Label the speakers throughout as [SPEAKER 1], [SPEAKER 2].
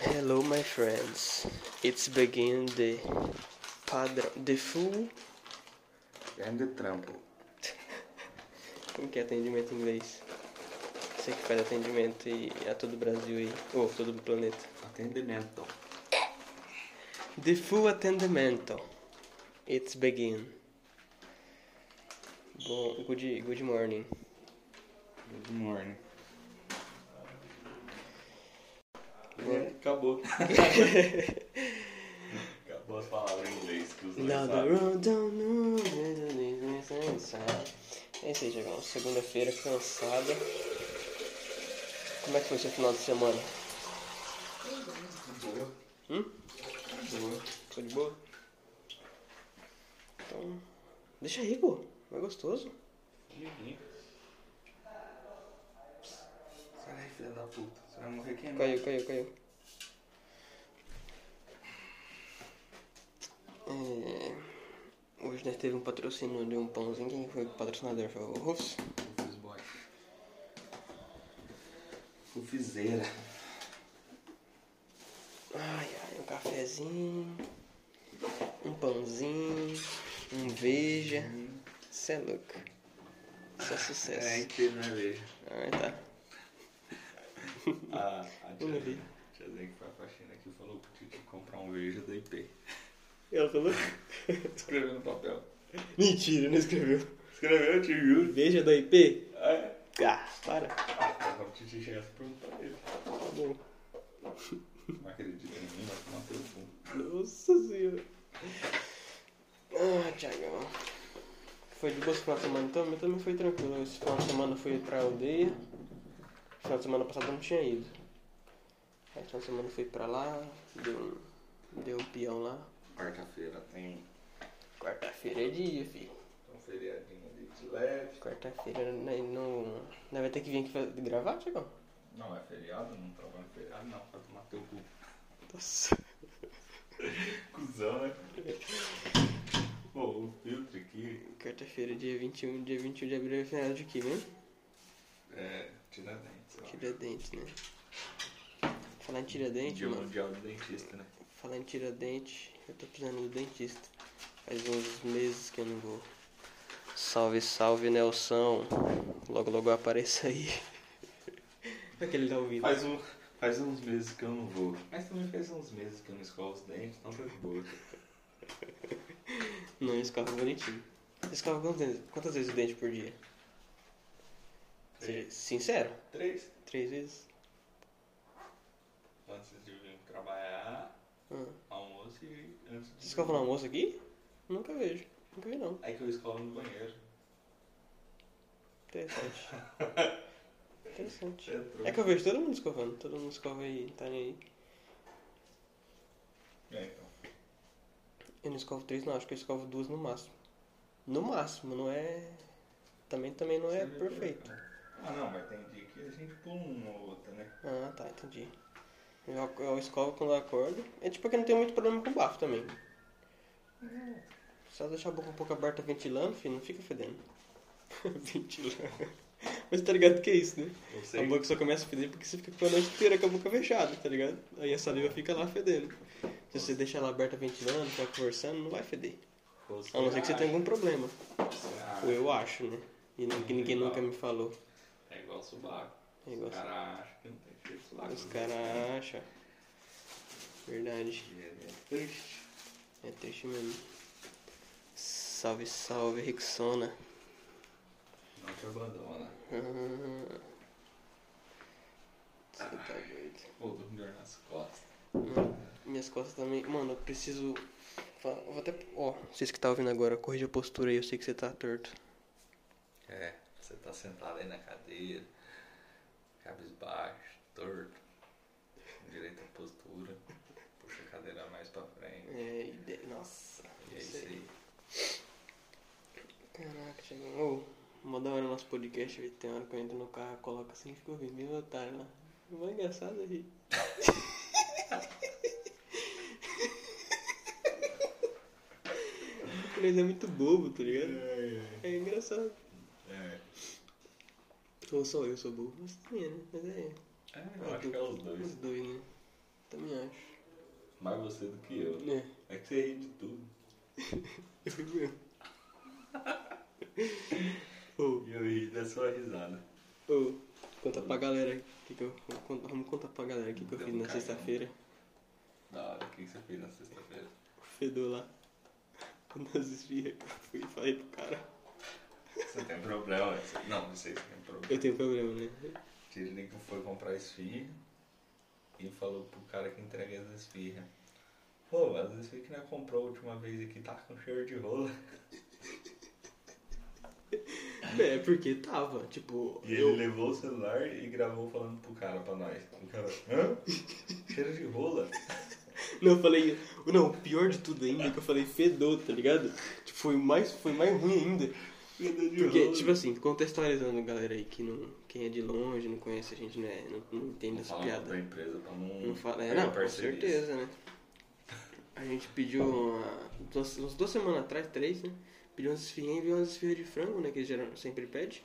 [SPEAKER 1] Hello, my friends. It's begin the padrão, the full,
[SPEAKER 2] And the É trampo.
[SPEAKER 1] como que é atendimento em inglês? Você que faz atendimento e- a todo o Brasil aí, ou todo o planeta.
[SPEAKER 2] Atendimento.
[SPEAKER 1] The full atendimento. It's begin. Bom, good, good morning.
[SPEAKER 2] Good morning.
[SPEAKER 1] É,
[SPEAKER 2] acabou. acabou as palavras em inglês que os dois
[SPEAKER 1] Now the
[SPEAKER 2] sabem.
[SPEAKER 1] road don't know where the business ends. Ah, É isso aí, Diagão. Segunda-feira cansada. Como é que foi seu final de semana?
[SPEAKER 2] Boa,
[SPEAKER 1] Hum?
[SPEAKER 2] boa.
[SPEAKER 1] Tô de boa? Então. Deixa aí, pô. Não é gostoso?
[SPEAKER 2] Uhum. Sai daí, filha da puta. Você vai morrer quem é
[SPEAKER 1] Caiu, caiu, caiu. É... Hoje nós teve um patrocínio de um pãozinho. Quem foi o patrocinador? Foi o Rufus?
[SPEAKER 2] Rufus Boy. Rufizeira.
[SPEAKER 1] Ai, ai, um cafezinho, um pãozinho, um veja. Cê é louco. Só sucesso.
[SPEAKER 2] É inteiro, né, veja?
[SPEAKER 1] Ai, tá.
[SPEAKER 2] A, Ah, a
[SPEAKER 1] Eu não vi.
[SPEAKER 2] tia, tia Zé que foi a faxina aqui falou pro tio que comprar um veja da IP.
[SPEAKER 1] Ela falou?
[SPEAKER 2] Escreveu no papel.
[SPEAKER 1] Mentira, não escreveu.
[SPEAKER 2] Escreveu, te juro.
[SPEAKER 1] Veja da IP?
[SPEAKER 2] É.
[SPEAKER 1] Ah, para.
[SPEAKER 2] Agora o tio chega e pergunta pra ele.
[SPEAKER 1] Tá bom.
[SPEAKER 2] Não acredita em mim, vai tomar teu cu.
[SPEAKER 1] Nossa senhora. Ah, Thiagão. Foi de boa esse final de semana então? Meu também foi tranquilo. Esse final de semana eu fui pra aldeia. Final de semana passada eu não tinha ido. Aí final de semana eu fui pra lá, deu um, deu um peão lá.
[SPEAKER 2] Quarta-feira tem
[SPEAKER 1] Quarta-feira é dia, filho.
[SPEAKER 2] um feriadinho ali de leve.
[SPEAKER 1] Quarta-feira né, não. Não vai ter que vir aqui fa- gravar, Thiagão?
[SPEAKER 2] Não é feriado, não trabalho feriado, não. Vai tomar teu cu.
[SPEAKER 1] Nossa.
[SPEAKER 2] Cusão, né? Pô, o filtro aqui
[SPEAKER 1] Quarta-feira, dia 21, dia 21 de abril é final de que, né?
[SPEAKER 2] é tira dentes.
[SPEAKER 1] Tiradentes, né? Falar em Tiradentes,
[SPEAKER 2] Dia
[SPEAKER 1] mano.
[SPEAKER 2] mundial do dentista, né?
[SPEAKER 1] Falar em tiradente, eu tô precisando do dentista. Faz uns meses que eu não vou. Salve, salve, Nelson. Logo, logo apareça aí. Aquele tá ouvindo.
[SPEAKER 2] Faz, um, faz uns meses que eu não vou. Mas também faz uns meses que eu não escovo os dentes, então tá de boa.
[SPEAKER 1] Não, esse carro é bonitinho. Esse carro quantas vezes, quantas vezes o dente por dia? Seja sincero,
[SPEAKER 2] Três.
[SPEAKER 1] três vezes?
[SPEAKER 2] Antes de vir trabalhar,
[SPEAKER 1] Ah.
[SPEAKER 2] almoço e antes de.
[SPEAKER 1] Você escova no almoço aqui? Nunca vejo. Nunca vi não.
[SPEAKER 2] É que eu escovo no banheiro.
[SPEAKER 1] Interessante. Interessante.
[SPEAKER 2] Você trouxa.
[SPEAKER 1] É que eu vejo todo mundo escovando. Todo mundo escova aí, não tá nem aí.
[SPEAKER 2] É, então.
[SPEAKER 1] Eu não escovo três, não. Acho que eu escovo duas no máximo. No máximo, não é. Também, também não é
[SPEAKER 2] Você vê
[SPEAKER 1] perfeito.
[SPEAKER 2] por- Ah, não, mas tem dia que a gente pula uma ou outra, né?
[SPEAKER 1] Ah, tá, entendi. Eu, eu escovo quando eu acordo. É tipo que eu não tenho muito problema com bafo também. Só deixar a boca um pouco aberta ventilando, filho, não fica fedendo. ventilando. Mas tá ligado que é isso, né?
[SPEAKER 2] Eu
[SPEAKER 1] A boca só começa a feder porque você fica com a noite inteira com a boca fechada, tá ligado? Aí a saliva fica lá fedendo. Se você deixar ela aberta ventilando, ficar conversando, não vai feder.
[SPEAKER 2] Você
[SPEAKER 1] A não ser que você tenha algum problema.
[SPEAKER 2] Ah, acha-
[SPEAKER 1] Ou eu acho, né? E não, que ninguém nunca me falou.
[SPEAKER 2] É igual subaco.
[SPEAKER 1] É igual assim.
[SPEAKER 2] Os caras acham que não tem cheiro de subaco.
[SPEAKER 1] Os caras acham. Verdade.
[SPEAKER 2] E é bem triste.
[SPEAKER 1] É triste mesmo. Salve, salve, Rixona.
[SPEAKER 2] Não te abandona.
[SPEAKER 1] Ah. Você tá doido.
[SPEAKER 2] Ou dormir nas costas.
[SPEAKER 1] Mano, minhas costas também. Mano, eu preciso. fa- Vou até. Ó, vocês que tá ouvindo agora, corrija a postura aí, eu sei que você tá torto.
[SPEAKER 2] É, você tá sentado aí na cadeira, cabisbaixo, torto, direita a postura, puxa a cadeira mais pra frente.
[SPEAKER 1] É, e de- nossa.
[SPEAKER 2] E é isso aí.
[SPEAKER 1] Caraca, chegou. Ô, mó da hora o nosso podcast, velho. Tem hora que eu entro no carro, coloco assim e fico ouvindo. Meu otário lá. Mó engraçado aí. japonês é muito bobo, tá ligado?
[SPEAKER 2] É,
[SPEAKER 1] É engraçado.
[SPEAKER 2] é.
[SPEAKER 1] Ou só eu sou bobo, mas também, né? Mas é.
[SPEAKER 2] É, eu acho que é os dois.
[SPEAKER 1] Os dois, né? Também acho.
[SPEAKER 2] Mais você do que eu.
[SPEAKER 1] É,
[SPEAKER 2] É que você ri de tudo.
[SPEAKER 1] eu fico mesmo. Ô,
[SPEAKER 2] E eu ri da sua risada.
[SPEAKER 1] ô, conta pra galera que que eu. conta- Vamos contar pra galera o que, que eu
[SPEAKER 2] Deu
[SPEAKER 1] fiz
[SPEAKER 2] um
[SPEAKER 1] na
[SPEAKER 2] cagão.
[SPEAKER 1] sexta-feira.
[SPEAKER 2] Da hora, o que que você fez na sexta-feira?
[SPEAKER 1] Fedor lá. Quando nós esfria, eu fui e falei pro cara.
[SPEAKER 2] Você tem problema? Você- Não, não sei se tem problema.
[SPEAKER 1] Eu tenho problema, né?
[SPEAKER 2] Ele foi comprar esfirra e falou pro cara que entrega as esfirras. Pô, as esfirras que nós comprou a última vez aqui tá com cheiro de rola.
[SPEAKER 1] É, porque tava, tipo.
[SPEAKER 2] E ele
[SPEAKER 1] eu...
[SPEAKER 2] levou o celular e gravou falando pro cara, pra nós. O cara, hã? Cheiro de rola?
[SPEAKER 1] Não, eu falei. Não, o pior de tudo ainda é que eu falei fedor, tá ligado? Tipo, foi mais, foi mais ruim ainda.
[SPEAKER 2] Cheiro de
[SPEAKER 1] Porque,
[SPEAKER 2] rola.
[SPEAKER 1] tipo assim, contextualizando a galera aí que não. Quem é de longe, não conhece a gente, né? Não, não entende
[SPEAKER 2] Não
[SPEAKER 1] essa
[SPEAKER 2] fala muito da
[SPEAKER 1] piada.
[SPEAKER 2] empresa pra não,
[SPEAKER 1] Não fala. É,
[SPEAKER 2] pegar
[SPEAKER 1] não, com
[SPEAKER 2] parcerias.
[SPEAKER 1] certeza, né? A gente pediu uma, duas, umas duas semanas atrás, três, né? Pediu umas esfirrinhas e veio umas esfirras de frango, né? Que eles geral- sempre pede.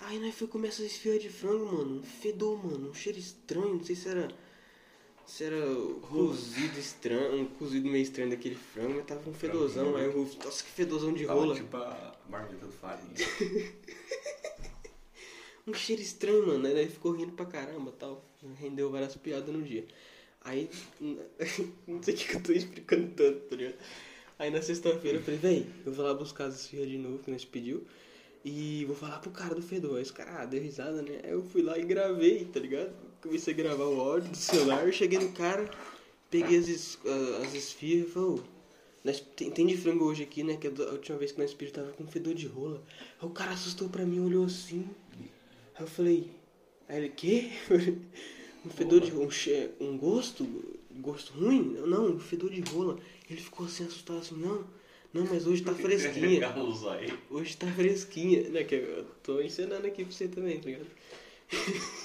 [SPEAKER 1] Aí nós fomos comer essas esfirras de frango, mano. Um fedor, mano. Um cheiro estranho. Não sei se era. Se era cozido estranho, um cozido meio estranho daquele frango, mas tava um fedorzão. Aí o Rufus, nossa, que fedorzão de
[SPEAKER 2] Tava
[SPEAKER 1] rola.
[SPEAKER 2] tipo a marmita do farinha.
[SPEAKER 1] um cheiro estranho, mano. Aí daí ficou rindo pra caramba tal. Rendeu várias piadas no dia. Aí, não sei o que que eu tô explicando tanto, tá ligado? Aí na sexta-feira eu falei, véi, eu vou lá buscar as esfirras de novo que nós pediu. E vou falar pro cara do Fedor. Aí os caras, ah, deu risada, né? Aí eu fui lá e gravei, tá ligado? Comecei a gravar o áudio do celular, eu cheguei no cara, peguei as, es- ah, as esfirras e falei, ô, nós tem, tem de frango hoje aqui, né? Que a última vez que nós pedimos tava com fedor de rola. Aí o cara assustou pra mim, olhou assim. Aí eu falei, aí ele, quê? Um fedor de um, che- um gosto? Gosto ruim? Eu, Não, um fedor de rola. Ele ficou assim assustado assim, não, não, mas hoje tá fresquinha.
[SPEAKER 2] Carlos aí.
[SPEAKER 1] Hoje tá fresquinha, né? Que eu tô ensinando aqui pra você também, tá ligado?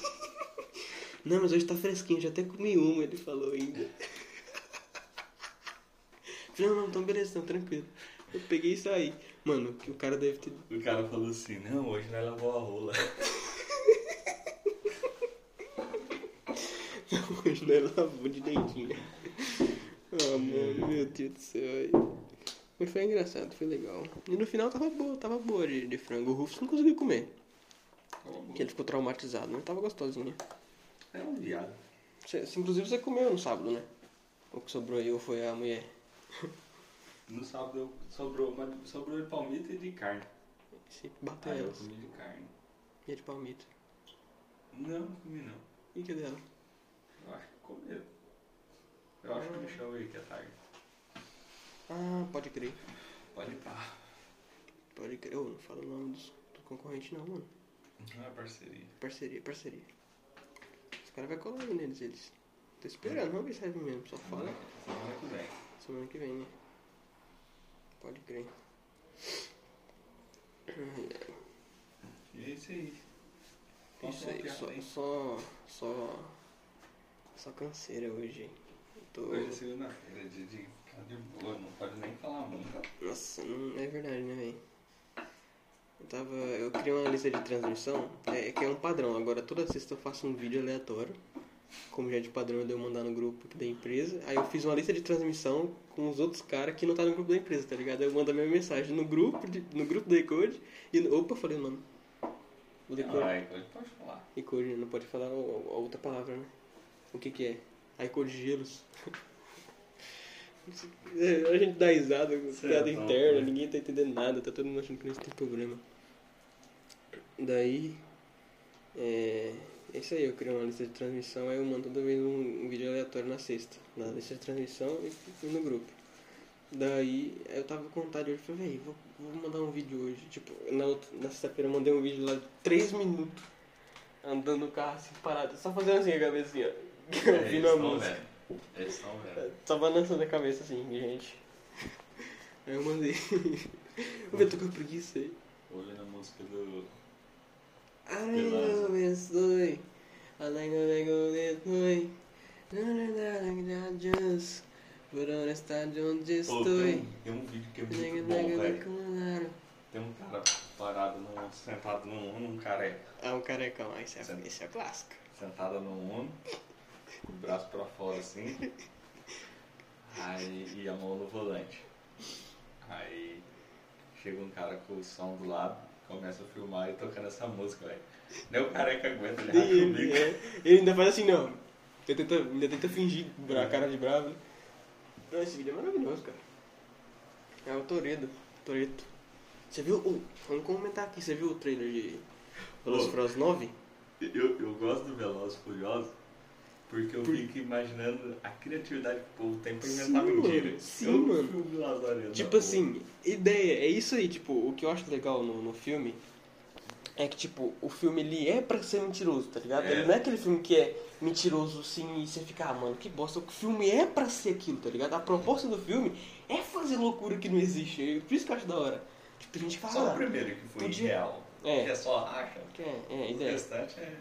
[SPEAKER 1] Não, mas hoje tá fresquinho, já até comi uma, ele falou ainda. Falei, não, não, então beleza, então tranquilo. Eu peguei e saí. Mano, que o cara deve ter.
[SPEAKER 2] O cara falou assim, não, hoje nós lavou a rola.
[SPEAKER 1] Hoje não é lavou direitinho. Ah, mano, meu Deus do céu. aí. Mas foi engraçado, foi legal. E no final tava boa, tava boa de, de frango. O Rufus não conseguiu comer, porque ele ficou traumatizado, mas tava gostosinha.
[SPEAKER 2] É um viado.
[SPEAKER 1] Você- você- inclusive você comeu no sábado, né? O que sobrou aí ou foi a mulher?
[SPEAKER 2] No sábado eu- sobrou, mas sobrou de palmito e de carne.
[SPEAKER 1] Se bateu
[SPEAKER 2] Aí Ah, eu
[SPEAKER 1] elas.
[SPEAKER 2] comi de carne.
[SPEAKER 1] E a de palmito.
[SPEAKER 2] Não, não comi não.
[SPEAKER 1] E que é dela?
[SPEAKER 2] Eu acho que comeu. Eu acho que o Michel veio que é tarde.
[SPEAKER 1] Ah, pode crer.
[SPEAKER 2] Pode ir pá.
[SPEAKER 1] Pode crer. Ô, não fala o nome dos, do concorrente não, mano.
[SPEAKER 2] Não é parceria.
[SPEAKER 1] Parceria, parceria. Os caras vão colar neles, eles. Tô esperando, vamos ver se serve mesmo. Só fala
[SPEAKER 2] Semana que vem.
[SPEAKER 1] semana que vem, né? Pode crer.
[SPEAKER 2] E é isso aí. é
[SPEAKER 1] Isso aí, só,
[SPEAKER 2] Hoje
[SPEAKER 1] só, só, só canseira hoje, hein? Eu Tô...
[SPEAKER 2] é segunda-feira, dia de ficar de boa, não pode nem falar muito.
[SPEAKER 1] Nossa, não é verdade, né, velho? Eu tava. Eu criei uma lista de transmissão, é, que é um padrão. Agora toda sexta eu faço um vídeo aleatório. Como já é de padrão eu devo mandar no grupo da empresa. Aí eu fiz uma lista de transmissão com os outros caras que não tá no grupo da empresa, tá ligado? Eu mando a minha mensagem no grupo, de- no grupo da Ecode e. no- Opa, falei o nome. O da Ecode.
[SPEAKER 2] Ai, pode, pode falar.
[SPEAKER 1] Ecode, não pode falar o- a outra palavra, né? O que que é? A Ecode Gelos. É, A gente dá risada,
[SPEAKER 2] Cê é
[SPEAKER 1] piada
[SPEAKER 2] louco,
[SPEAKER 1] interna,
[SPEAKER 2] né?
[SPEAKER 1] ninguém tá entendendo nada, tá todo mundo achando que nós tem problema. Daí, é, é isso aí, eu crio uma lista de transmissão, aí eu mando toda vez um, um vídeo aleatório na sexta, na lista de transmissão e, e no grupo. Daí, eu tava com vontade hoje, falei, véi, vou, vou mandar um vídeo hoje. Tipo, na, outra- na sexta-feira eu mandei um vídeo lá de 3 minutos, andando no carro assim, parado, só fazendo assim com a cabeça assim, ó,
[SPEAKER 2] É,
[SPEAKER 1] ouvindo a
[SPEAKER 2] eles tão
[SPEAKER 1] música.
[SPEAKER 2] vendo. Eles estão vendo.
[SPEAKER 1] Tá balançando a cabeça assim, gente. Aí eu mandei. O Vitor com preguiça aí.
[SPEAKER 2] Olhando a música do.
[SPEAKER 1] Ai, eu abençoe. Além do negócio, foi. Just por onde está de onde
[SPEAKER 2] Pô,
[SPEAKER 1] estou.
[SPEAKER 2] tem, um, tem um vídeo que é muito bom, velho.
[SPEAKER 1] É
[SPEAKER 2] Tem um cara parado, num, sentado num ONU, um careca.
[SPEAKER 1] um carecão, esse é, esse é clássico.
[SPEAKER 2] Sentado num ONU, com o braço pra fora assim. Aí, e a mão no volante. Aí chega um cara com o som do lado, começa a filmar e tocando essa música, velho. Nem o careca aguenta, ele racha o
[SPEAKER 1] Ele,
[SPEAKER 2] bico.
[SPEAKER 1] é, ele ainda faz assim, não. Ele tenta, ainda tenta fingir bra, cara de bravo. né? Não, esse vídeo é maravilhoso, cara. É o Toredo. Toreto. Você viu? o vamos comentar aqui. Você viu o trailer de Velozes
[SPEAKER 2] Ô.
[SPEAKER 1] e Furiosos 9?
[SPEAKER 2] Eu, eu gosto do Velozes e Furiosos porque eu fico imaginando a criatividade que o povo tem pra inventar
[SPEAKER 1] Sim,
[SPEAKER 2] mentira.
[SPEAKER 1] mano. Sim,
[SPEAKER 2] eu não
[SPEAKER 1] mano.
[SPEAKER 2] filmo lazarento,
[SPEAKER 1] Tipo
[SPEAKER 2] não,
[SPEAKER 1] assim, ideia, é isso aí, tipo, o que eu acho legal no, no filme é que, tipo, o filme ele é pra ser mentiroso, tá ligado?
[SPEAKER 2] É.
[SPEAKER 1] Ele não é aquele filme que é mentiroso sim e você fica, ah, mano, que bosta, o filme é pra ser aquilo, tá ligado? A proposta do filme é fazer loucura que não existe, é por isso que eu acho da hora. Tipo, tem gente que
[SPEAKER 2] Só
[SPEAKER 1] fala,
[SPEAKER 2] o
[SPEAKER 1] ah,
[SPEAKER 2] primeiro que foi
[SPEAKER 1] Podia-
[SPEAKER 2] irreal.
[SPEAKER 1] É.
[SPEAKER 2] Que é só racha.
[SPEAKER 1] que é, é,
[SPEAKER 2] O
[SPEAKER 1] ideia.
[SPEAKER 2] restante é.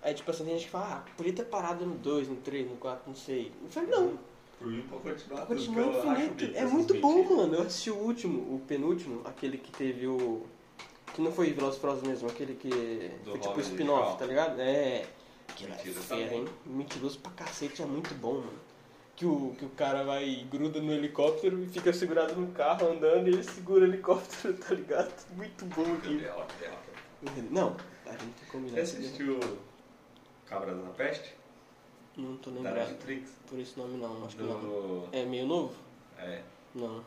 [SPEAKER 1] Aí, tipo, assim, tem gente que fala, ah, podia ter parado no 2, no 3, no 4, não sei. Eu falei, não,
[SPEAKER 2] Por mim, pra continuar. tudo,
[SPEAKER 1] Continua
[SPEAKER 2] que eu racho o
[SPEAKER 1] infinito.
[SPEAKER 2] bico
[SPEAKER 1] É
[SPEAKER 2] dessas
[SPEAKER 1] muito bom,
[SPEAKER 2] mentiras.
[SPEAKER 1] mano. Eu assisti o último, o penúltimo, aquele que teve o. Que não foi Velozes e Furiosos mesmo, aquele que. foi tipo
[SPEAKER 2] Robin
[SPEAKER 1] spin-off,
[SPEAKER 2] Shaw.
[SPEAKER 1] tá ligado? É. Que é
[SPEAKER 2] Mentira, tá
[SPEAKER 1] fera,
[SPEAKER 2] bom.
[SPEAKER 1] hein? Mentiroso pra cacete, é muito bom, mano. Que o, que o cara vai e gruda no helicóptero e fica segurado no carro andando e ele segura o helicóptero, tá ligado? Muito bom aqui.
[SPEAKER 2] Gabriel, Gabriel.
[SPEAKER 1] é Não, a gente tem que
[SPEAKER 2] Você
[SPEAKER 1] combinar isso. né?
[SPEAKER 2] assistiu Cabra da Peste?
[SPEAKER 1] Não tô
[SPEAKER 2] Da
[SPEAKER 1] lembrado.
[SPEAKER 2] Netflix?
[SPEAKER 1] Por esse nome não, acho que não.
[SPEAKER 2] Tá Do.
[SPEAKER 1] É meio novo?
[SPEAKER 2] É.
[SPEAKER 1] Não.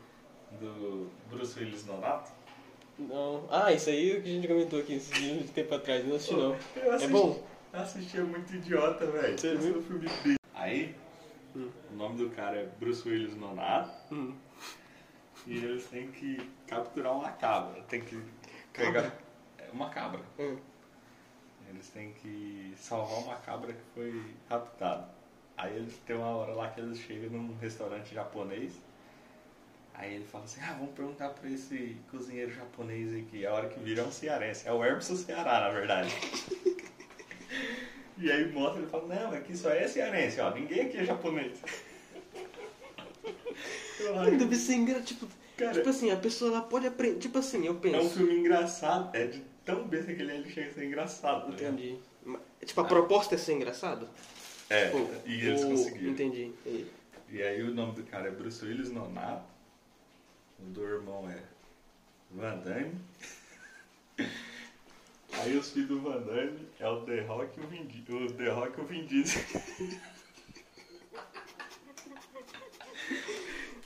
[SPEAKER 2] Do Bruce Willis Nonato?
[SPEAKER 1] Não. Ah, isso aí é o que a gente comentou aqui esses dias de tempo atrás, não assisti não.
[SPEAKER 2] Eu
[SPEAKER 1] É
[SPEAKER 2] assisti-
[SPEAKER 1] bom?
[SPEAKER 2] eu assisti, é muito idiota, velho.
[SPEAKER 1] Você viu?
[SPEAKER 2] Esse é um filme bem- Aí,
[SPEAKER 1] Hum.
[SPEAKER 2] o nome do cara é Bruce Willis Nonato
[SPEAKER 1] Hum.
[SPEAKER 2] e eles têm que capturar uma cabra. Tem que pegar. É, uma cabra.
[SPEAKER 1] Hum.
[SPEAKER 2] Eles têm que salvar uma cabra que foi raptada. Aí eles tem uma hora lá que eles chegam num restaurante japonês. Aí ele fala assim, ah, vamos perguntar pra esse cozinheiro japonês aqui. A hora que vira é um cearense. É o Hermes do Ceará, na verdade. e aí mostra, ele fala, não, aqui só é cearense, ó. Ninguém aqui é japonês. Eu acho-
[SPEAKER 1] Deve ser engraçado, tipo,
[SPEAKER 2] Cara-
[SPEAKER 1] tipo assim, a pessoa ela pode aprender, tipo assim, eu penso.
[SPEAKER 2] É um filme engraçado. É de tão besta que ele é, ele chega a ser engraçado. né?
[SPEAKER 1] Entendi. Mas, Tipo, a proposta é ser engraçado?
[SPEAKER 2] É,
[SPEAKER 1] Tipo,
[SPEAKER 2] e eles
[SPEAKER 1] o-
[SPEAKER 2] conseguiram.
[SPEAKER 1] Entendi. E-
[SPEAKER 2] E aí o nome do cara é Bruce Willis Nonato. O do irmão é Van Damme. Aí os filhos do Van Damme é o The Rock e o Vin, Di- o The Rock e o Vin Diesel.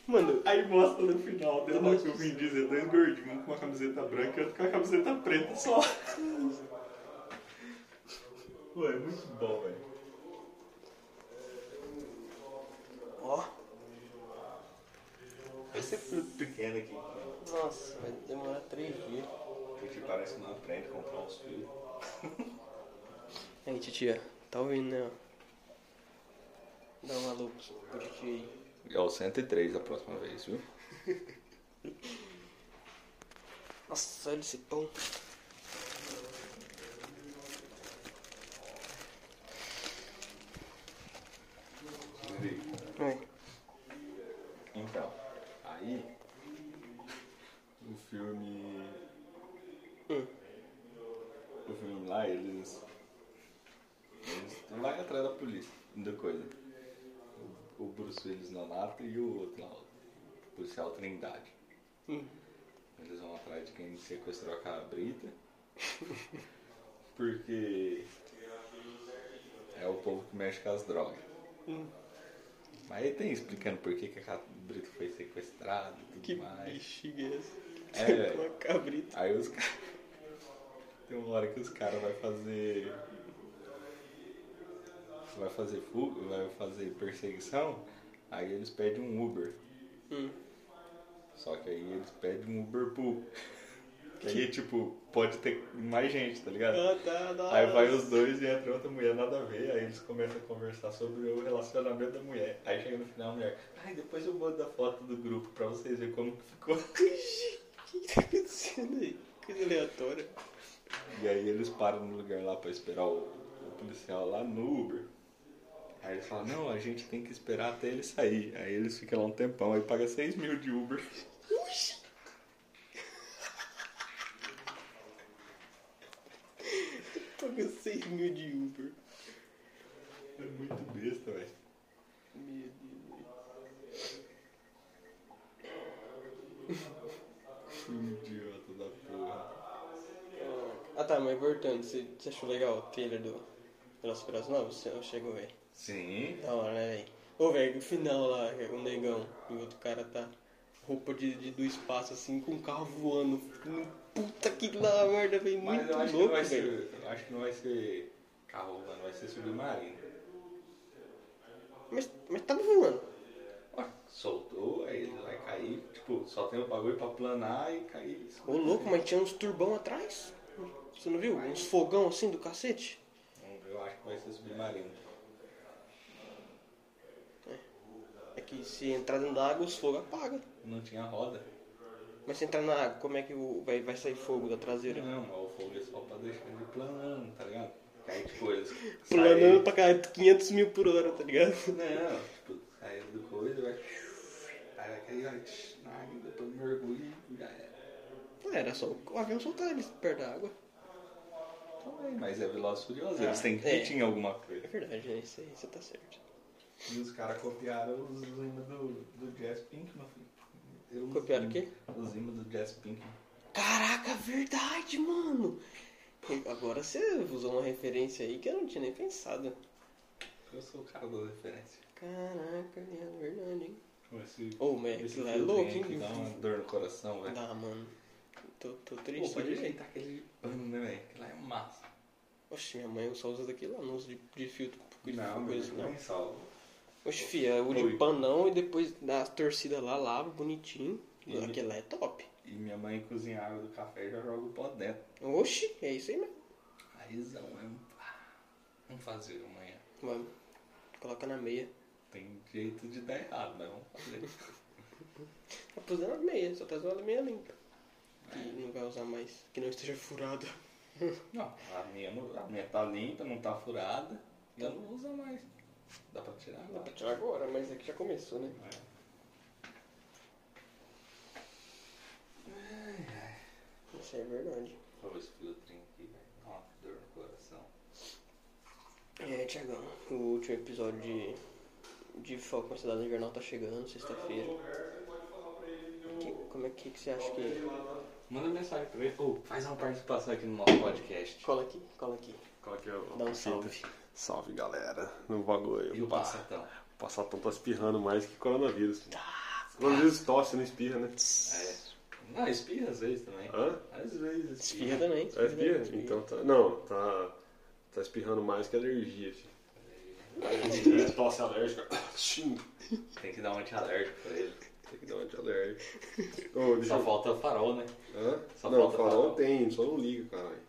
[SPEAKER 1] Mano,
[SPEAKER 2] Aí mostra no final The Rock e o Vin Diesel, dois gordinhos, um com uma camiseta branca e outro com uma camiseta preta só. Pô, é muito bom, velho.
[SPEAKER 1] ó.
[SPEAKER 2] Esse é fruto pequeno aqui.
[SPEAKER 1] Nossa, vai demorar três dias.
[SPEAKER 2] Porque parece que não aprende a comprar os filhos.
[SPEAKER 1] Aí, titia, tá ouvindo, né? ó? Dá um alô pro titia aí.
[SPEAKER 2] É o 103 da próxima vez, viu?
[SPEAKER 1] Nossa, olha esse pão. Vai.
[SPEAKER 2] Então, aí o filme.
[SPEAKER 1] Hum.
[SPEAKER 2] O filme lá, eles. Eles vai atrás da polícia, da coisa. O o Bruce Willis Nonato e o outro lá, o policial Trindade.
[SPEAKER 1] Hum.
[SPEAKER 2] Eles vão atrás de quem sequestrou a cabrita. Porque é o povo que mexe com as drogas.
[SPEAKER 1] Hum.
[SPEAKER 2] Mas aí tem explicando por que, que a cabrita foi sequestrada e tudo
[SPEAKER 1] Que
[SPEAKER 2] mais.
[SPEAKER 1] bexiga é essa?
[SPEAKER 2] É.
[SPEAKER 1] Uma cabrita.
[SPEAKER 2] Aí os caras. Tem uma hora que os caras vai fazer. Vai fazer fuga, vai fazer perseguição, aí eles pedem um Uber.
[SPEAKER 1] Hum.
[SPEAKER 2] Só que aí eles pedem um Uber pool. Que aí, tipo, pode ter mais gente, tá ligado?
[SPEAKER 1] Ah, tá, da
[SPEAKER 2] Aí
[SPEAKER 1] hora.
[SPEAKER 2] vai os dois e entra outra mulher, nada a ver. Aí eles começam a conversar sobre o relacionamento da mulher. Aí chega no final a mulher, ai, depois eu mando a foto do grupo pra vocês verem como que ficou.
[SPEAKER 1] O que tá acontecendo aí? Coisa aleatória.
[SPEAKER 2] E aí eles param no lugar lá pra esperar o, o policial lá no Uber. Aí eles falam, não, a gente tem que esperar até ele sair. Aí eles ficam lá um tempão, aí paga 6 mil de Uber.
[SPEAKER 1] Paga 6 mil de Uber.
[SPEAKER 2] É muito besta, velho.
[SPEAKER 1] Meu Deus.
[SPEAKER 2] Idiota da porra.
[SPEAKER 1] Ah, tá, mas voltando, você, você achou legal o trailer do Velocipirapos Novos? Eu chego a ver.
[SPEAKER 2] Sim.
[SPEAKER 1] Da hora, né, velho? Ô, velho, o final lá, que é o negão e o outro cara tá roupa de, de- do espaço, assim, com um carro voando. Puta que lá, merda, velho.
[SPEAKER 2] Mas
[SPEAKER 1] Muito
[SPEAKER 2] eu acho, que não
[SPEAKER 1] louco,
[SPEAKER 2] vai
[SPEAKER 1] velho.
[SPEAKER 2] ser, eu acho que não vai ser carro, mano, vai ser submarino.
[SPEAKER 1] Mas, mas tá voando.
[SPEAKER 2] Ó, Soltou, aí ele vai cair, tipo, só tem o bagulho pra planar e cair.
[SPEAKER 1] Ô, louco, mas tinha uns turbão atrás. Você não viu? Uns fogão assim do cacete.
[SPEAKER 2] Eu acho que vai ser submarino.
[SPEAKER 1] É que se entrar dentro da água, os fogos apagam.
[SPEAKER 2] Não tinha roda.
[SPEAKER 1] Mas se entrar na água, como é que o, vai, vai sair fogo da traseira?
[SPEAKER 2] Não, mas o fogo é só pra deixar ele planando, tá ligado? Aí, tipo, eles.
[SPEAKER 1] Planando
[SPEAKER 2] saem-
[SPEAKER 1] pra caralho, 500 mil por hora, tá ligado?
[SPEAKER 2] Não, tipo, saiu do coisa, vai. Aí vai cair, vai. tch, Na água, depois mergulho e já era.
[SPEAKER 1] Ah, era só o avião soltar eles perto da água.
[SPEAKER 2] Então, é, mas é veloz e furioso,
[SPEAKER 1] Ah,
[SPEAKER 2] eles têm que
[SPEAKER 1] é.
[SPEAKER 2] tinha alguma coisa.
[SPEAKER 1] É verdade, né? Isso aí, você tá certo.
[SPEAKER 2] E os caras copiaram os hinos do, do Jazz Pinkman. Eu-
[SPEAKER 1] Copiaram o quê?
[SPEAKER 2] Os hinos do Jazz Pinkman.
[SPEAKER 1] Caraca, é verdade, mano! E Agora você usou uma referência aí que eu não tinha nem pensado.
[SPEAKER 2] Eu sou o cara da referência.
[SPEAKER 1] Caraca, é verdade, hein?
[SPEAKER 2] Esse,
[SPEAKER 1] Ô, mas
[SPEAKER 2] esse
[SPEAKER 1] aquilo é
[SPEAKER 2] fiozinho
[SPEAKER 1] louco,
[SPEAKER 2] aí que
[SPEAKER 1] hein?
[SPEAKER 2] Dá uma dor no coração, velho.
[SPEAKER 1] Dá, mano. Tô, tô
[SPEAKER 2] Pô,
[SPEAKER 1] triste.
[SPEAKER 2] pode
[SPEAKER 1] hoje.
[SPEAKER 2] ajeitar aquele pano, né, velho? Aquilo lá é massa.
[SPEAKER 1] Oxe, minha mãe só usa daquilo lá, não usa de, de filtro. De
[SPEAKER 2] mas
[SPEAKER 1] coisa,
[SPEAKER 2] eu nem salvo.
[SPEAKER 1] Oxe, fia, o de
[SPEAKER 2] Oi.
[SPEAKER 1] panão e depois dá as torcidas lá, lava bonitinho.
[SPEAKER 2] Uhum.
[SPEAKER 1] Aquele lá é top.
[SPEAKER 2] E minha mãe cozinha a água do café e já joga o pó dentro.
[SPEAKER 1] Oxi, é isso aí mesmo.
[SPEAKER 2] Raizão, é Vamos fazer amanhã.
[SPEAKER 1] Vamos. Coloca na meia.
[SPEAKER 2] Tem jeito de dar errado, mas vamos fazer.
[SPEAKER 1] Tá usando a meia, só tá usando a meia limpa. Que não vai usar mais, que não esteja furada.
[SPEAKER 2] Não, a minha, não- a minha tá limpa, não tá furada. E eu não uso mais. Dá pra tirar
[SPEAKER 1] Dá
[SPEAKER 2] agora.
[SPEAKER 1] pra tirar tá agora, mas é que já começou, né? Isso é verdade.
[SPEAKER 2] Olha esse filtrinho aqui, velho. Dá uma dor no coração.
[SPEAKER 1] É, Tiagão, o último episódio de, de Foco na Cidade do Jornal tá chegando, sexta-feira. Que- Como é que, que você acha que.
[SPEAKER 2] Manda mensagem pra ele. Ô, faz uma participação aqui no nosso podcast.
[SPEAKER 1] Cola aqui, cola aqui.
[SPEAKER 2] Qual que é o...
[SPEAKER 1] Dá um salve.
[SPEAKER 3] Salve galera, no
[SPEAKER 2] E
[SPEAKER 3] bagulho.
[SPEAKER 2] o
[SPEAKER 3] Pá,
[SPEAKER 2] passatão?
[SPEAKER 3] O Passatão tá espirrando mais que coronavírus. Coronavírus tosse, não espirra, né?
[SPEAKER 2] É. Não, espirra às vezes também.
[SPEAKER 3] Hã?
[SPEAKER 2] Às vezes
[SPEAKER 1] Espirra também.
[SPEAKER 3] É espirra?
[SPEAKER 1] também,
[SPEAKER 3] Então tá. Não, tá. Tá espirrando mais que alergia, filho. É, Tosse alérgica. Sim.
[SPEAKER 2] Tem que dar um anti-alérgico pra ele.
[SPEAKER 3] Tem que dar uma de alérgica. Ô, deixa
[SPEAKER 2] Só
[SPEAKER 3] eu...
[SPEAKER 2] falta farol, né?
[SPEAKER 3] Hã?
[SPEAKER 2] só
[SPEAKER 3] não,
[SPEAKER 2] falta farol.
[SPEAKER 3] farol tem, só não liga, caralho.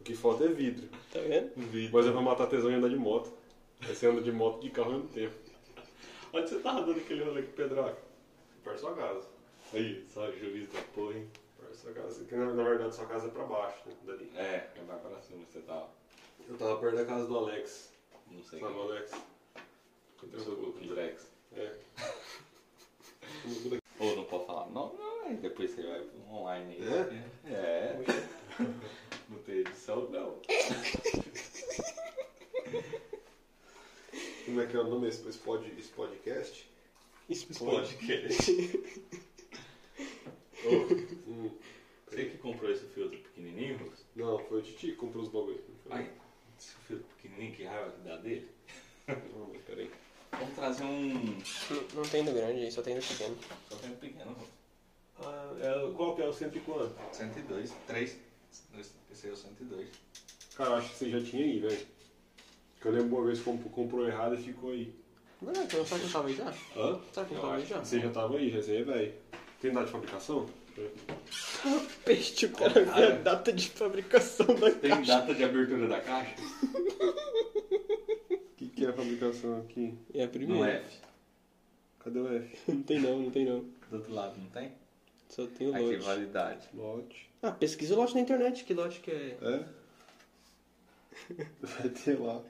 [SPEAKER 3] O que falta é vidro.
[SPEAKER 1] Tá vendo?
[SPEAKER 3] Mas é pra matar tesão e andar de moto. Aí você anda de moto e de carro ao mesmo tempo.
[SPEAKER 2] Onde você tava dando aquele rolê com o Pedroca? Perto da sua casa. Aí, só juiz da porra, hein?
[SPEAKER 3] Pra Sua casa, que na, na verdade sua casa é pra baixo, né? Dali.
[SPEAKER 2] É, é mais pra cima você tava.
[SPEAKER 3] Eu tava perto da casa do Alex.
[SPEAKER 2] Não sei.
[SPEAKER 3] Sabe o Alex? um
[SPEAKER 2] Eu sou o Drex.
[SPEAKER 3] É.
[SPEAKER 2] Ou não pode falar não, não, aí depois você vai pro online aí.
[SPEAKER 3] É?
[SPEAKER 2] É. Não tem edição, não.
[SPEAKER 3] Como é que é o nome desse esse pod, esse podcast?
[SPEAKER 1] Explode.
[SPEAKER 2] Podcast.
[SPEAKER 3] Ô, hum,
[SPEAKER 2] Você que comprou esse filtro pequenininho, Lucas?
[SPEAKER 3] não, foi o Titi que comprou os bagulhos.
[SPEAKER 2] Ai, esse filtro pequenininho, que raiva que dá dele.
[SPEAKER 3] Não, mas peraí.
[SPEAKER 2] Vamos trazer um...
[SPEAKER 1] Não, não tem do grande aí, só tem do pequeno.
[SPEAKER 2] Só tem um pequeno, Lucas.
[SPEAKER 3] Ah, é, qual que é o cento e quanto?
[SPEAKER 2] 102, 3. Esse é o 102.
[SPEAKER 3] Cara, eu acho que você já tinha aí, velho. Que eu lembro uma vez que comp- comprou errado e ficou aí.
[SPEAKER 1] Não, não, um não sabe que eu tava aí já?
[SPEAKER 3] Hã?
[SPEAKER 1] Sabe que eu
[SPEAKER 2] Eu
[SPEAKER 1] tava aí
[SPEAKER 2] acho
[SPEAKER 1] já?
[SPEAKER 3] Você já tava aí, já você é velho. Tem data de fabricação?
[SPEAKER 4] É.
[SPEAKER 1] Peixe, o cara vê a data de fabricação da
[SPEAKER 2] Tem
[SPEAKER 1] caixa.
[SPEAKER 2] data de abertura da caixa?
[SPEAKER 3] O que, que é a fabricação aqui?
[SPEAKER 1] É a
[SPEAKER 2] No
[SPEAKER 1] primeira.
[SPEAKER 2] F.
[SPEAKER 3] Cadê o F?
[SPEAKER 1] Não tem não, não tem não.
[SPEAKER 2] Do outro lado, não tem?
[SPEAKER 1] Só tem o
[SPEAKER 2] Aqui,
[SPEAKER 1] lote.
[SPEAKER 2] validade.
[SPEAKER 3] Lote.
[SPEAKER 1] Ah, pesquisa
[SPEAKER 4] É?
[SPEAKER 1] o lote na internet, que lote que é.
[SPEAKER 3] É? Vai ter lá.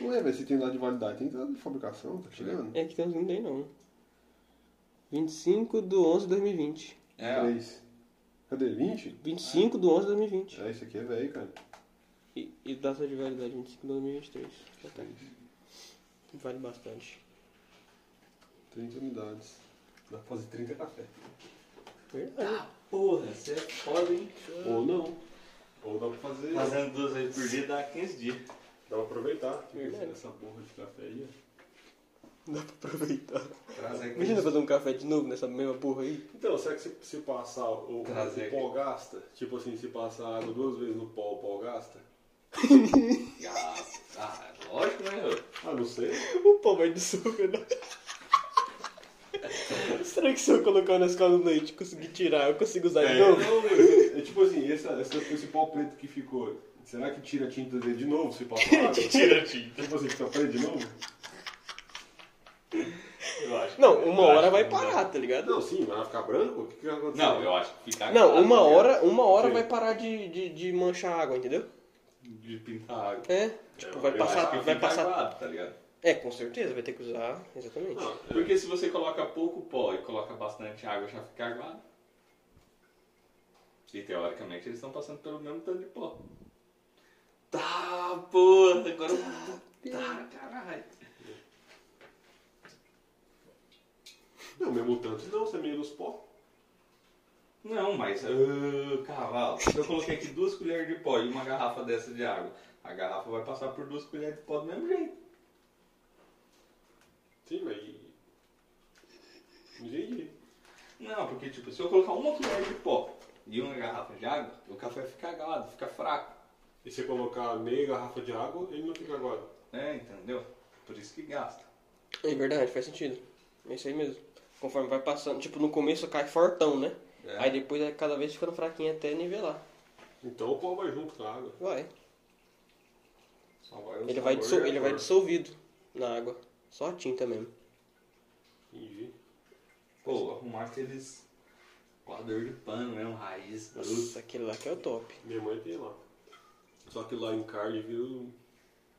[SPEAKER 4] Ué, velho, se tem data de validade, tem data de fabricação, tá chegando?
[SPEAKER 1] É que tem uns que não tem, não. 25 do 11 de 2020.
[SPEAKER 2] É, ó.
[SPEAKER 4] Três. Cadê? 20?
[SPEAKER 1] 25 do 11 de 2020.
[SPEAKER 4] É, isso aqui é velho, cara.
[SPEAKER 1] E, e data de validade, 25 de 2023. Já tá. Vale bastante.
[SPEAKER 4] 30 unidades.
[SPEAKER 2] dá pra fazer 30 café.
[SPEAKER 1] Verdade.
[SPEAKER 2] Porra, você é foda, hein?
[SPEAKER 4] Ou não.
[SPEAKER 3] Ou dá pra fazer.
[SPEAKER 2] Fazendo duas vezes por dia dá 15 dias.
[SPEAKER 3] Dá pra aproveitar.
[SPEAKER 1] Verdade.
[SPEAKER 3] Essa porra de café aí.
[SPEAKER 1] Dá pra aproveitar.
[SPEAKER 2] Traz aí
[SPEAKER 1] Imagina fazer um café de novo nessa mesma porra aí.
[SPEAKER 3] Então, será que se, se passar o,
[SPEAKER 2] Trazer
[SPEAKER 3] o
[SPEAKER 2] aqui.
[SPEAKER 3] pó gasta? Tipo assim, se passar água duas vezes no pó, o pó gasta?
[SPEAKER 2] Ah, lógico, né? ô?
[SPEAKER 3] Ah, não sei.
[SPEAKER 1] O pau vai dissolver, né? Será que se eu colocar na escola do leite e conseguir tirar, eu consigo usar de
[SPEAKER 3] É,
[SPEAKER 1] novo?
[SPEAKER 3] não, mas, é tipo assim, essa, essa, esse pó preto que ficou, será que tira a tinta dele de novo se passar água?
[SPEAKER 2] Tira, tira.
[SPEAKER 3] Tipo assim, fica preto de novo?
[SPEAKER 2] Eu acho.
[SPEAKER 1] Não, uma
[SPEAKER 2] eu
[SPEAKER 1] hora
[SPEAKER 2] acho
[SPEAKER 1] vai
[SPEAKER 2] que
[SPEAKER 1] parar, tá ligado?
[SPEAKER 3] Não, sim, mas vai ficar branco? O que, que vai acontecer?
[SPEAKER 2] Não, eu acho que fica.
[SPEAKER 1] Não, uma hora, uma hora
[SPEAKER 3] Sim.
[SPEAKER 1] vai parar de, de, de manchar a água, entendeu?
[SPEAKER 2] De pintar água.
[SPEAKER 1] É. Tipo, vai
[SPEAKER 3] eu
[SPEAKER 1] passar. Vai passar.
[SPEAKER 2] Aguado, tá ligado?
[SPEAKER 1] É, com certeza, vai ter que usar. Exatamente.
[SPEAKER 3] Não, é-
[SPEAKER 2] Porque se você coloca pouco pó e coloca bastante água, já fica aguado. E teoricamente eles estão passando pelo mesmo tanto de pó. Tá, porra, agora eu. Tá, caralho.
[SPEAKER 3] não, mesmo tanto não, você é menos pó.
[SPEAKER 2] Não, mas. ah, cavalo, se eu coloquei aqui duas colheres de pó e uma garrafa dessa de água, a garrafa vai passar por duas colheres de pó do mesmo jeito.
[SPEAKER 3] Sim, mas. Entendi.
[SPEAKER 2] Não, porque tipo, se eu colocar uma colher de pó e uma garrafa de água, o café fica aguado, fica fraco.
[SPEAKER 3] E se você colocar meia garrafa de água, ele não fica agora.
[SPEAKER 2] É, entendeu? Por isso que gasta.
[SPEAKER 1] É verdade, faz sentido. É isso aí mesmo. Conforme vai passando. Tipo, no começo cai fortão, né?
[SPEAKER 2] É.
[SPEAKER 1] Aí depois é cada vez ficando fraquinho até nivelar.
[SPEAKER 3] Então o pó vai junto com a água.
[SPEAKER 1] Vai.
[SPEAKER 2] Só vai o
[SPEAKER 1] Ele vai,
[SPEAKER 2] sabor
[SPEAKER 1] dissol-
[SPEAKER 2] e a
[SPEAKER 1] ele vai
[SPEAKER 2] cor.
[SPEAKER 1] dissolvido na água. Só a tinta mesmo.
[SPEAKER 3] Entendi.
[SPEAKER 2] Pô, arrumar aqueles coador de pano mesmo, raiz, bruta.
[SPEAKER 1] Nossa, aquele lá que é o top.
[SPEAKER 3] Minha mãe tem lá. Só que lá em carne, viu?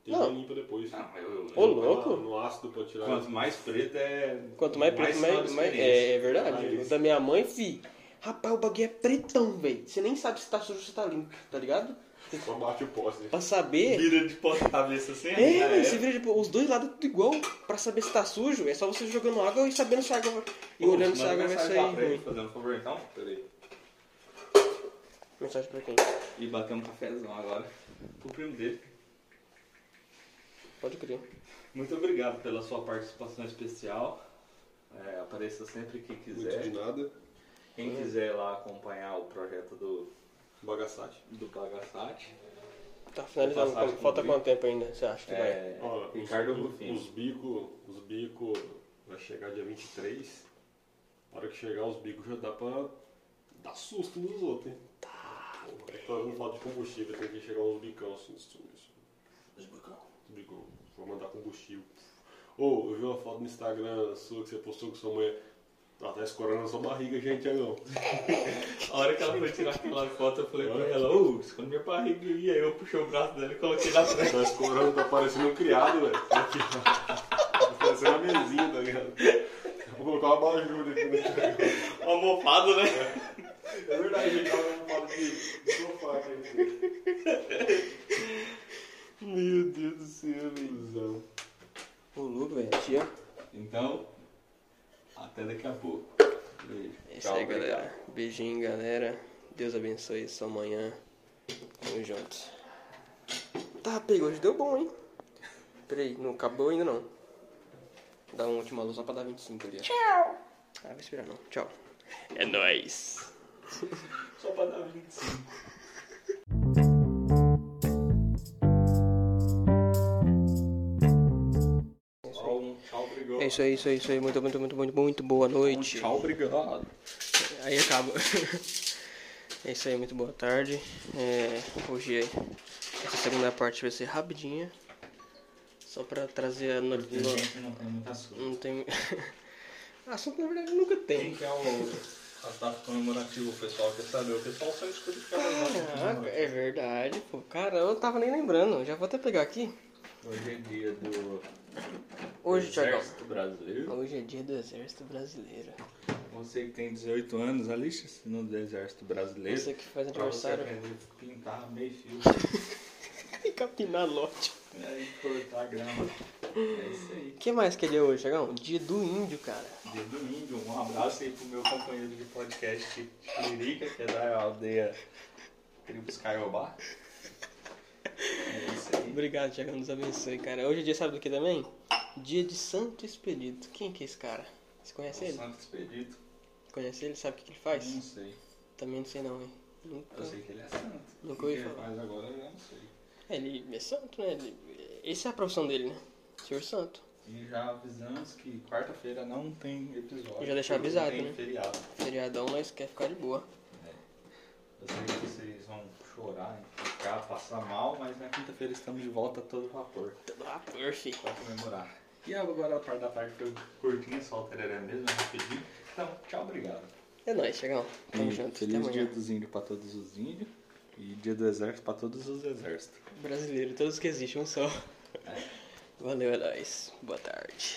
[SPEAKER 3] Tem
[SPEAKER 1] Não.
[SPEAKER 3] que limpa depois.
[SPEAKER 2] Ah, mas eu-
[SPEAKER 1] Ô,
[SPEAKER 2] eu-
[SPEAKER 1] louco.
[SPEAKER 3] Lá No ácido pra tirar.
[SPEAKER 2] Quanto mais preto é.
[SPEAKER 1] Quanto mais preto, mais.
[SPEAKER 2] sabe
[SPEAKER 1] mais-
[SPEAKER 2] experiência.
[SPEAKER 1] é, é verdade.
[SPEAKER 3] Mais-
[SPEAKER 1] O da minha mãe, fi. Rapaz, o bagulho é pretão, velho. Você nem sabe se tá sujo ou se tá limpo, tá ligado?
[SPEAKER 3] Só bate o poste.
[SPEAKER 1] Pra saber.
[SPEAKER 2] Vira de ponta cabeça assim.
[SPEAKER 1] É,
[SPEAKER 2] já
[SPEAKER 1] velho, você vira tipo, os dois lados tudo igual. Pra saber se tá sujo, é só você jogando água e sabendo se a água vai. E
[SPEAKER 2] Pô,
[SPEAKER 1] olhando se a
[SPEAKER 2] manda
[SPEAKER 1] água vai
[SPEAKER 2] mensagem
[SPEAKER 1] sair
[SPEAKER 2] lá pra ele,
[SPEAKER 1] ruim.
[SPEAKER 2] Fazendo um favor então? Peraí.
[SPEAKER 1] Mensagem pra quem?
[SPEAKER 2] E bater um cafezão agora. Pro primo dele.
[SPEAKER 1] Pode crer.
[SPEAKER 2] Muito obrigado pela sua participação especial. É, apareça sempre que
[SPEAKER 1] é.
[SPEAKER 4] Muito de
[SPEAKER 2] quiser.
[SPEAKER 4] nada.
[SPEAKER 2] Quem quiser lá acompanhar o projeto do,
[SPEAKER 3] Bagaçate.
[SPEAKER 2] do Bagassati.
[SPEAKER 1] Tá finalizando.
[SPEAKER 2] Passagem
[SPEAKER 1] quanto- Falta
[SPEAKER 2] comigo.
[SPEAKER 1] quanto tempo ainda, você acha que vai?
[SPEAKER 2] É,
[SPEAKER 3] Ó,
[SPEAKER 2] Ricardo
[SPEAKER 3] os,
[SPEAKER 2] Rufino.
[SPEAKER 3] Os bicos. Os bicos. Vai chegar dia 23. A hora que chegar os bicos já dá pra dar susto nos outros, hein? Tá. Todo mundo fala de combustível, tem que chegar uns bicão assim. Isso, isso. Bicão. Vou mandar combustível. Ô, eu vi uma foto no Instagram sua que você postou com sua mulher. Ela tá escorando na sua barriga, gente, Angão.
[SPEAKER 2] A hora que ela foi tirar aquela foto, eu falei pra ela, ô, esconde minha barriga aí. Aí eu puxei o braço dela e coloquei na frente.
[SPEAKER 3] Tá escorando, tá parecendo um criado, velho. Aqui, ó. Tá parecendo uma mesinha, tá ligado? Vou colocar uma bajuda aqui né? no Instagram.
[SPEAKER 2] Uma almofada, né?
[SPEAKER 3] É verdade, gente. Ela não fala de sofá, aqui.
[SPEAKER 1] Meu Deus do céu, velho.
[SPEAKER 3] Cusão.
[SPEAKER 1] Ô, louco, velho. Tia.
[SPEAKER 2] Então, até daqui a pouco. Beijo.
[SPEAKER 1] É isso aí, galera. Beijinho, galera. Deus abençoe sua manhã. Tamo junto. Tá, pego, hoje deu bom, hein? Peraí, não acabou ainda não. Dá uma última luz só pra dar 25 ali. Tchau! Ah, vai esperar não. Tchau. É nóis.
[SPEAKER 2] Só pra dar um 25. Um tchau, obrigado.
[SPEAKER 1] É isso aí, isso aí, isso aí. Muito, muito, muito, muito, muito boa
[SPEAKER 2] Um
[SPEAKER 1] noite.
[SPEAKER 2] tchau, obrigado.
[SPEAKER 1] Aí acaba. É isso aí, muito boa tarde. É, hoje é- essa segunda parte vai ser rapidinha. Só pra trazer a
[SPEAKER 2] Porque a
[SPEAKER 1] notícia.
[SPEAKER 2] gente não tem muito assunto.
[SPEAKER 1] Não tem. Assunto na verdade nunca
[SPEAKER 2] Quem
[SPEAKER 1] tem.
[SPEAKER 2] que é o assato comemorativo, o pessoal quer saber. O pessoal só escuta o que ela gosta.
[SPEAKER 1] Ah, Caraca, é verdade, pô. Cara, eu não tava nem lembrando. Já vou até pegar aqui.
[SPEAKER 2] Hoje é dia do
[SPEAKER 1] Hoje, Tiagão.
[SPEAKER 2] Exército Brasileiro.
[SPEAKER 1] Hoje é dia do Exército Brasileiro.
[SPEAKER 2] Você que tem 18 anos, alista-se no do Exército Brasileiro.
[SPEAKER 1] Você que faz
[SPEAKER 2] Pra você
[SPEAKER 1] aniversário.
[SPEAKER 2] aprender a pintar meio fio. né?
[SPEAKER 1] E capinar lote.
[SPEAKER 2] Aí cortar grama. É isso aí.
[SPEAKER 1] O que mais que é dia hoje, Tiagão? Dia do índio, cara.
[SPEAKER 2] Dia do índio, um abraço aí pro meu companheiro de podcast Lirica, que é da aldeia Tribos Caiobá. É isso aí.
[SPEAKER 1] Obrigado, Tiagão. Nos abençoe, cara. Hoje é dia, sabe do que também? Dia de Santo Expedito. Quem que é esse cara? Você conhece
[SPEAKER 2] O
[SPEAKER 1] ele?
[SPEAKER 2] Santo Expedito.
[SPEAKER 1] Conhece ele? Sabe o que que ele faz?
[SPEAKER 2] Não sei.
[SPEAKER 1] Também não sei não, hein? Nunca-
[SPEAKER 2] Eu sei que ele é santo.
[SPEAKER 1] Nunca
[SPEAKER 2] O que
[SPEAKER 1] ouvi
[SPEAKER 2] ele
[SPEAKER 1] falar.
[SPEAKER 2] faz agora eu não sei.
[SPEAKER 1] É, Ele é santo, né? Ele... Essa é a profissão dele, né? Senhor santo.
[SPEAKER 2] E já avisamos que quarta-feira não tem episódio.
[SPEAKER 1] Já deixou
[SPEAKER 2] porque
[SPEAKER 1] avisado,
[SPEAKER 2] não tem
[SPEAKER 1] né?
[SPEAKER 2] feriado.
[SPEAKER 1] Feriadão, nós quer ficar de boa.
[SPEAKER 2] É. Eu sei que vocês vão chorar, ficar, passar mal, mas na quinta-feira estamos de volta a todo vapor
[SPEAKER 1] Ah, perf.
[SPEAKER 2] pra comemorar. E agora a parte da tarde foi curtinha, só o tereré mesmo, rapidinho. Então, tchau, obrigado.
[SPEAKER 1] É nóis, Tiagão. Tamo junto. Até
[SPEAKER 2] Feliz
[SPEAKER 1] amanhã.
[SPEAKER 2] dia dos índios pra todos os índios e dia do exército pra todos os exércitos.
[SPEAKER 1] Brasileiro, todos que existem, um só. Valeu, é nóis. Boa é tarde.